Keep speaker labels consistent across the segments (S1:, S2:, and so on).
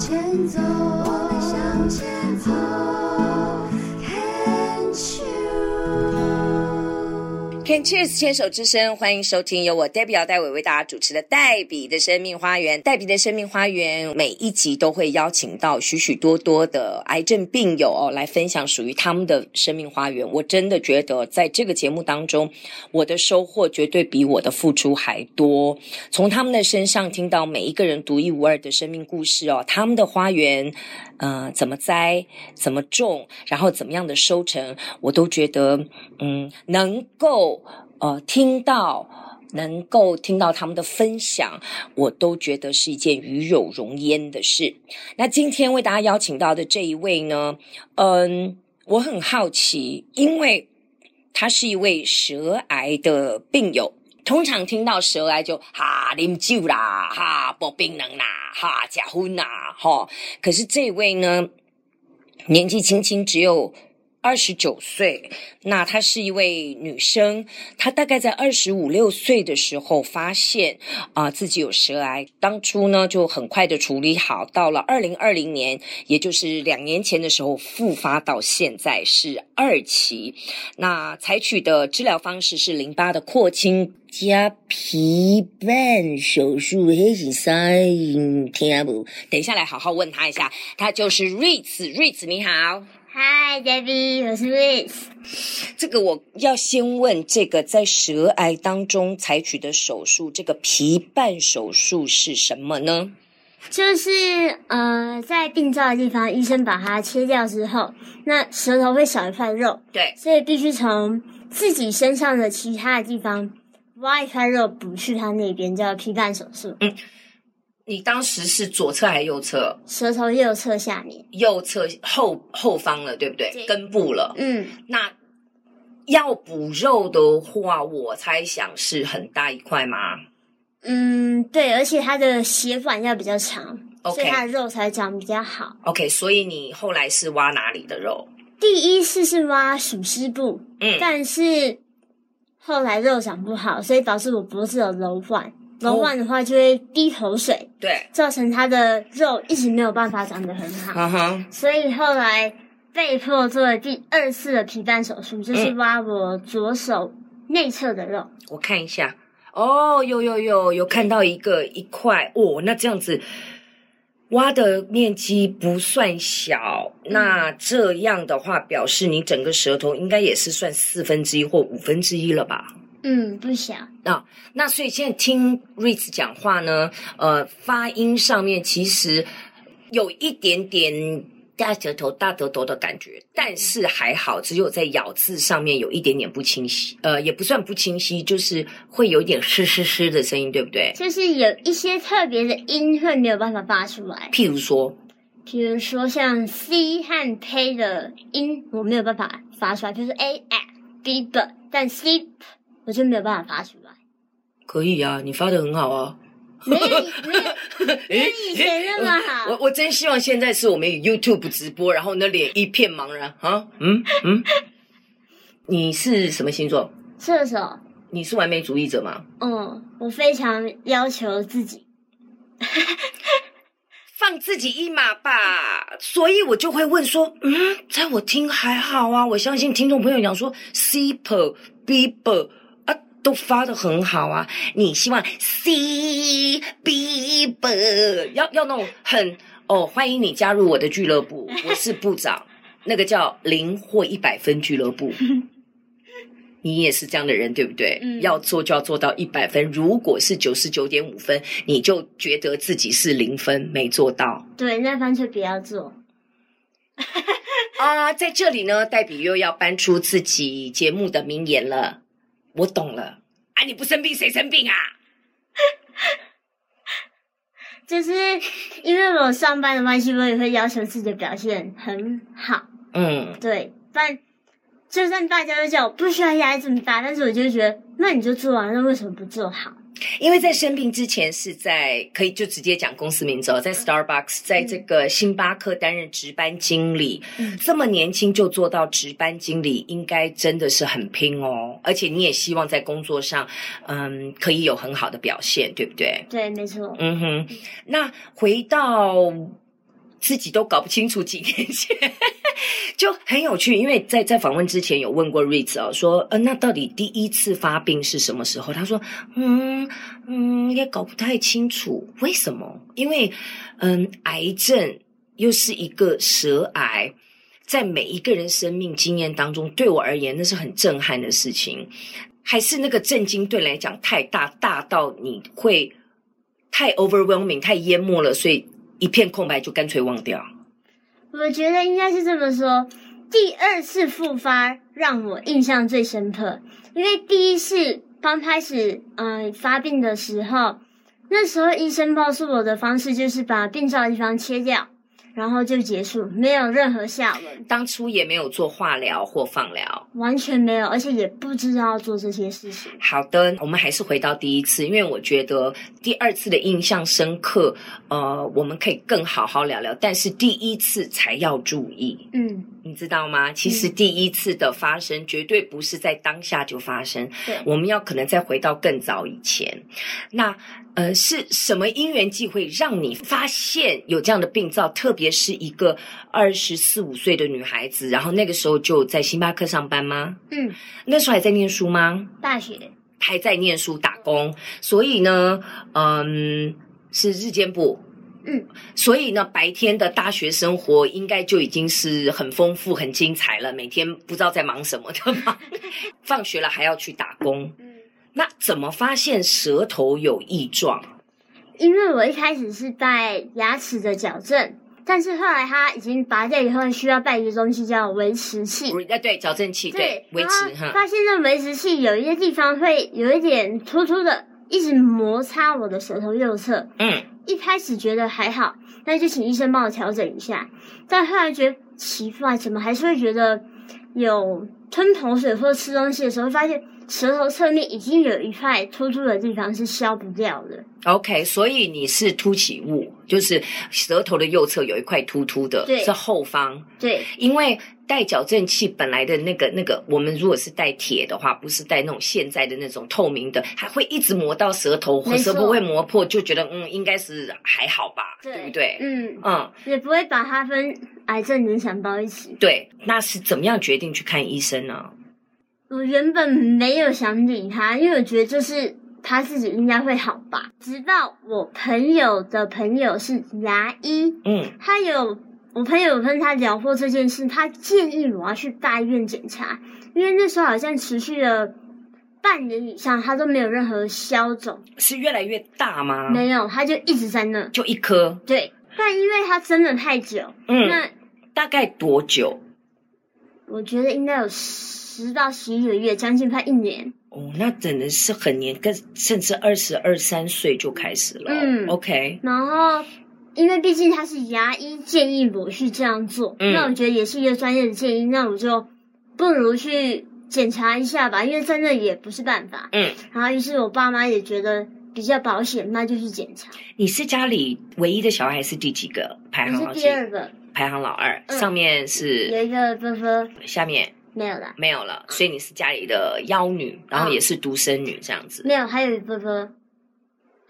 S1: 前走，我们向前走。Can't you？
S2: Can Cheers 牵手之声，欢迎收听由我黛比姚黛伟为大家主持的《黛比的生命花园》。黛比的生命花园每一集都会邀请到许许多多的癌症病友哦，来分享属于他们的生命花园。我真的觉得在这个节目当中，我的收获绝对比我的付出还多。从他们的身上听到每一个人独一无二的生命故事哦，他们的花园，呃，怎么栽，怎么种，然后怎么样的收成，我都觉得，嗯，能够呃听到。能够听到他们的分享，我都觉得是一件与有荣焉的事。那今天为大家邀请到的这一位呢，嗯，我很好奇，因为他是一位舌癌的病友。通常听到舌癌就哈啉酒啦，哈薄槟榔啦，哈假婚啦，哈、可是这位呢，年纪轻轻只有二十九岁，那她是一位女生，她大概在二十五六岁的时候发现啊、自己有舌癌，当初呢就很快的处理好，到了二零二零年，也就是两年前的时候复发到现在是二期，那采取的治疗方式是淋巴的扩清。加皮瓣手术，黑是啥？听不？等一下来好好问他一下，他就是 Ritz，Ritz 你好。
S3: 嗨，Debbie，我是 Rich。
S2: 这个我要先问，这个在舌癌当中采取的手术，这个皮瓣手术是什么呢？
S3: 就是呃，在病灶的地方，医生把它切掉之后，那舌头会少一块肉，
S2: 对，
S3: 所以必须从自己身上的其他的地方挖一块肉补去它那边，叫皮瓣手术。
S2: 你当时是左侧还是右侧？
S3: 舌头右侧下面，
S2: 右侧后后方了，对不对？
S3: 对
S2: 根部了。
S3: 嗯，
S2: 那要补肉的话，我猜想是很大一块吗？
S3: 嗯，对，而且它的血管要比较长
S2: OK
S3: 所以它的肉才长比较好。
S2: OK，所以你后来是挖哪里的肉？
S3: 第一次是挖鼠尸部，
S2: 嗯
S3: 但是后来肉长不好，所以导致我脖子有瘘管。瘘管的话就会滴口水，
S2: 对，
S3: 造成它的肉一直没有办法长得很好，
S2: 哈哈，
S3: 所以后来被迫做了第二次的皮瓣手术，就是挖我左手内侧的肉。
S2: 我看一下。哦，有有有有看到一个一块哦，那这样子挖的面积不算小，那这样的话表示你整个舌头应该也是算四分之一或五分之一了吧？
S3: 嗯，不小。
S2: 那所以现在听 Ritz 讲话呢，呃，发音上面其实有一点点大舌头、大舌头的感觉，但是还好，只有在咬字上面有一点点不清晰，呃，也不算不清晰，就是会有一点嘶嘶嘶的声音，对不对？
S3: 就是有一些特别的音会没有办法发出来，
S2: 譬如说，
S3: 比如说像 c 和 p 的音我没有办法发出来，就是 a a b b，但 c p 我就没有办法发出来。
S2: 可以啊，你发的很好啊。
S3: 没有没有没有以前那么
S2: 我
S3: 好，
S2: 我真希望现在是我们有 YouTube 直播，然后呢脸一片茫然啊，嗯 嗯，你是什么星座？
S3: 射手。
S2: 你是完美主义者吗？
S3: 嗯，哎我非常要求自己。
S2: 放自己一马吧，所以我就会问说，嗯，在我听还好啊，我相信听众朋友讲说 c p e r Bieber 啊，都发的很好啊，你希望 C Bieber 要要那种很哦，欢迎你加入我的俱乐部，我是部长，那个叫零或一百分俱乐部。你也是这样的人，对不对？
S3: 嗯
S2: 要做就要做到一百分，如果是九十九点五分，你就觉得自己是零分，没做到。
S3: 对，那干脆不要做。
S2: 啊，在这里呢，黛比又要搬出自己节目的名言了。我懂了，啊，你不生病谁生病啊？
S3: 就是因为我上班的关系，我也会要求自己的表现很好。
S2: 嗯，
S3: 对，但就算大家都叫我不需要压力这么大，但是我就觉得，那你就做啊，那为什么不做好？
S2: 因为在生病之前是在可以就直接讲公司名字哦，在 Starbucks，在这个星巴克担任值班经理，
S3: 嗯
S2: 这么年轻就做到值班经理，应该真的是很拼哦。而且你也希望在工作上，嗯，可以有很好的表现，对不对？
S3: 对，没错。
S2: 嗯哼，那回到自己都搞不清楚几年前，就很有趣。因为在在访问之前有问过 Ritz 哦，说呃，那到底第一次发病是什么时候？他说，嗯嗯，也搞不太清楚，为什么？因为嗯，癌症又是一个舌癌。在每一个人生命经验当中，对我而言那是很震撼的事情，还是那个震惊对你来讲太大，大到你会太 overwhelming，太淹没了，所以一片空白就干脆忘掉。
S3: 我觉得应该是这么说，第二次复发让我印象最深刻，因为第一次刚开始嗯、呃发病的时候，那时候医生告诉我的方式就是把病灶的地方切掉，然后就结束，没有任何下文，
S2: 当初也没有做化疗或放疗。
S3: 完全没有，而且也不知道要做这些事情。
S2: 好的，我们还是回到第一次，因为我觉得第二次的印象深刻，呃，我们可以更好好聊聊，但是第一次才要注意。
S3: 嗯，
S2: 你知道吗？其实第一次的发生绝对不是在当下就发生，
S3: 对，
S2: 我们要可能再回到更早以前。那呃，是什么因缘际会让你发现有这样的病灶？特别是一个二十四五岁的女孩子，然后那个时候就在星巴克上班吗？
S3: 嗯，
S2: 那时候还在念书吗？
S3: 大学
S2: 还在念书打工，所以呢，嗯，是日间部。
S3: 嗯，
S2: 所以呢，白天的大学生活应该就已经是很丰富、很精彩了。每天不知道在忙什么的 嘛，放学了还要去打工。
S3: 嗯，
S2: 那怎么发现舌头有异状？
S3: 因为我一开始是拜牙齿的矫正，但是后来它已经拔掉以后，需要拜一个东西叫维持器。
S2: 呃，对，矫正器，对，维持
S3: 然后
S2: 哈。
S3: 发现那维持器有一些地方会有一点突突的，一直摩擦我的舌头右侧。
S2: 嗯，
S3: 一开始觉得还好，那就请医生帮我调整一下。但后来觉得奇怪，怎么还是会觉得有吞口水或吃东西的时候，发现舌头侧面已经有一块突突的地方是消不掉的。
S2: ，OK，所以你是凸起物，就是舌头的右侧有一块突突的，
S3: 对
S2: 是后方。
S3: 对，
S2: 因为带矫正器本来的那个那个，我们如果是带铁的话，不是带那种现在的那种透明的，还会一直磨到舌头，
S3: 没错
S2: 舌头会磨破，就觉得嗯，应该是还好吧，
S3: 对
S2: 不对？
S3: 嗯，
S2: 嗯，
S3: 也不会把它跟癌症联想到一起。
S2: 对，那是怎么样决定去看医生呢？
S3: 我原本没有想理他，因为我觉得就是他自己应该会好吧。直到我朋友的朋友是牙医，
S2: 嗯，
S3: 他有我朋友有跟他聊过这件事，他建议我要去大医院检查，因为那时候好像持续了半年以上，他都没有任何消肿，
S2: 是越来越大吗？
S3: 没有，他就一直在那。
S2: 就一颗，
S3: 对，但因为他真的太久，
S2: 嗯，
S3: 那
S2: 大概多久？
S3: 我觉得应该有十到十一个月，将近快一年。
S2: 哦，那真的是很年，跟甚至二十二三岁就开始了。
S3: 嗯
S2: ，OK，
S3: 然后，因为毕竟他是牙医建议我去这样做，
S2: 嗯
S3: 那我觉得也是一个专业的建议，那我就不如去检查一下吧，因为在那也不是办法。
S2: 嗯，
S3: 然后，于是我爸妈也觉得比较保险，那就去检查。
S2: 你是家里唯一的小孩，是第几个？排
S3: 我
S2: 行老
S3: 是
S2: 几
S3: 第？二个，
S2: 排行老二，
S3: 嗯
S2: 上面是
S3: 有一个哥哥
S2: 下面
S3: 没有啦，
S2: 没有了，所以你是家里的幺女，
S3: 嗯
S2: 然后也是独生女这样子。
S3: 没有，还有一个哥哥。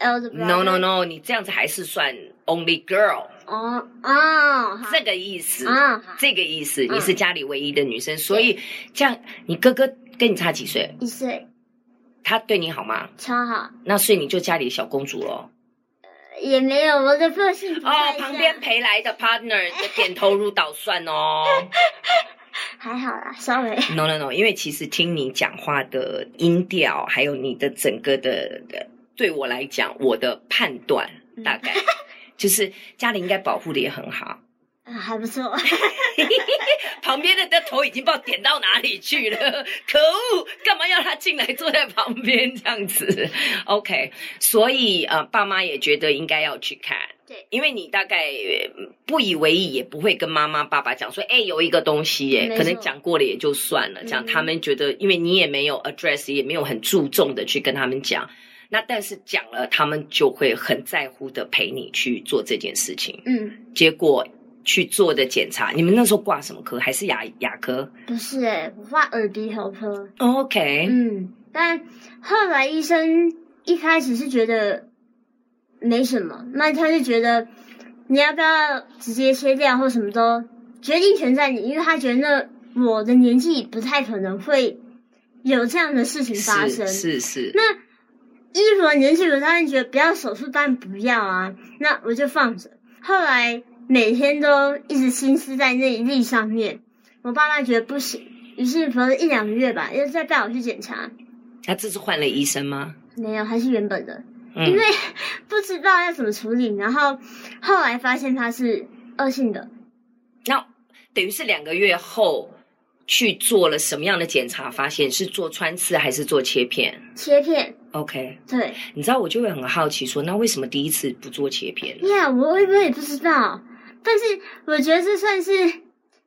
S3: elder brother
S2: No no no，你这样子还是算 only girl，
S3: 哦哦，好
S2: 这个意思，
S3: 啊，好
S2: 这个意思，
S3: 嗯
S2: 你是家里唯一的女生，所以这样，你哥哥跟你差几岁？
S3: 一岁
S2: 他对你好吗？
S3: 超好，
S2: 那所以你就家里小公主喽。
S3: 也没有我的个性不
S2: 哦
S3: 太，
S2: 旁
S3: 像
S2: 边陪来的 partner 就点头如捣蒜哦。
S3: 还好啦，稍微
S2: No no no，因为其实听你讲话的音调，还有你的整个的的，对我来讲，我的判断
S3: 嗯
S2: 大概、就是家里应该保护的也很好。
S3: 啊还不错。
S2: 旁边的的头已经不知道点到哪里去了，可恶！干嘛要他进来坐在旁边这样子？OK，所以呃，爸妈也觉得应该要去看。
S3: 对
S2: 因为你大概呃不以为意，也不会跟妈妈、爸爸讲说，哎、有一个东西耶，
S3: 没错
S2: 可能讲过了也就算了。这样、
S3: 嗯
S2: 他们觉得，因为你也没有 address，也没有很注重的去跟他们讲。那但是讲了，他们就会很在乎的陪你去做这件事情。
S3: 嗯，
S2: 结果去做的检查，你们那时候挂什么科？还是牙牙科
S3: 不是哎、我画耳鼻喉科。
S2: ？OK，、
S3: 嗯，但后来医生一开始是觉得没什么，那他就觉得你要不要直接切掉或什么都，决定权在你，因为他觉得那我的年纪不太可能会有这样的事情发生
S2: 是。是是，
S3: 那衣服的年纪，我当然觉得不要手术，当然不要啊。那我就放着。后来每天都一直心思在那一粒上面，我爸妈觉得不行，于是隔了一两个月吧，又再带我去检查，
S2: 那这次换了医生吗？
S3: 没有，还是原本的，
S2: 嗯
S3: 因为不知道要怎么处理。然后后来发现它是恶性的，
S2: 那等于是两个月后去做了什么样的检查？发现是做穿刺还是做切片
S3: 切片。
S2: ？OK，
S3: 对，
S2: 你知道我就会很好奇说，那为什么第一次不做切片呢？
S3: 呀、我我也不也不知道，但是我觉得这算是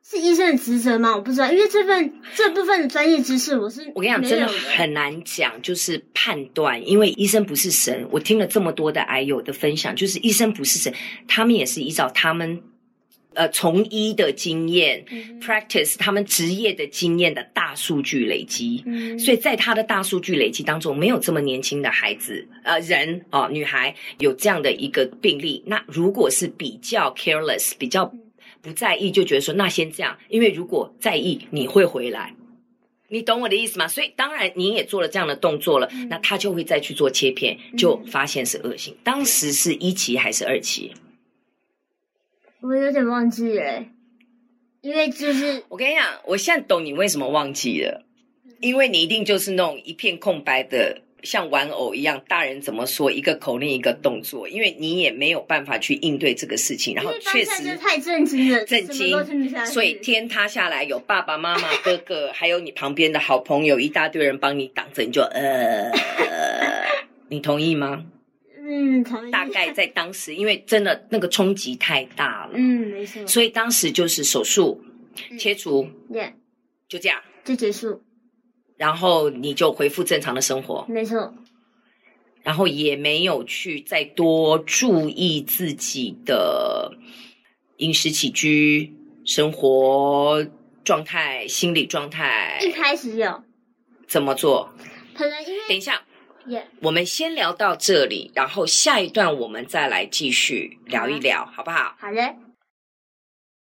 S3: 是医生的职责吗？我不知道，因为这份这部分的专业知识我是
S2: 我跟你讲，
S3: 没
S2: 真的
S3: 有嗯
S2: 很难讲，就是判断，因为医生不是神。我听了这么多的癌友的分享，就是医生不是神，他们也是依照他们呃从医的经验、
S3: 嗯
S2: practice 他们职业的经验的大数据累积。
S3: 嗯
S2: 所以在他的大数据累积当中，没有这么年轻的孩子，呃，人啊、女孩有这样的一个病例。那如果是比较 careless，比较不在意，就觉得说那先这样，因为如果在意，你会回来。你懂我的意思吗？所以当然你也做了这样的动作了，那他就会再去做切片，就发现是恶性。当时是一期还是二期？
S3: 我有点忘记了欸，因为就是
S2: 我跟你讲，我现在懂你为什么忘记了，因为你一定就是那种一片空白的，像玩偶一样，大人怎么说一个口令一个动作，因为你也没有办法去应对这个事情，然
S3: 因
S2: 后
S3: 为当
S2: 确
S3: 下就
S2: 实。
S3: 太震惊了，
S2: 震
S3: 什么都听不
S2: 惊
S3: 下，去
S2: 所以天塌下来有爸爸妈妈、哥哥，还有你旁边的好朋友，一大堆人帮你挡着，你就 呃，你同意吗？
S3: 嗯，同意
S2: 大概在当时，因为真的那个冲击太大了，
S3: 嗯，没错，
S2: 所以当时就是手术、切除，
S3: 耶、
S2: 就这样。
S3: 就结束，
S2: 然后你就恢复正常的生活，
S3: 没错，
S2: 然后也没有去再多注意自己的饮食起居、生活状态、心理状态
S3: 一开始有，
S2: 怎么做。
S3: 可能因为
S2: 等一下，
S3: 耶
S2: 我们先聊到这里，然后下一段我们再来继续聊一聊，好不好？
S3: 好嘞，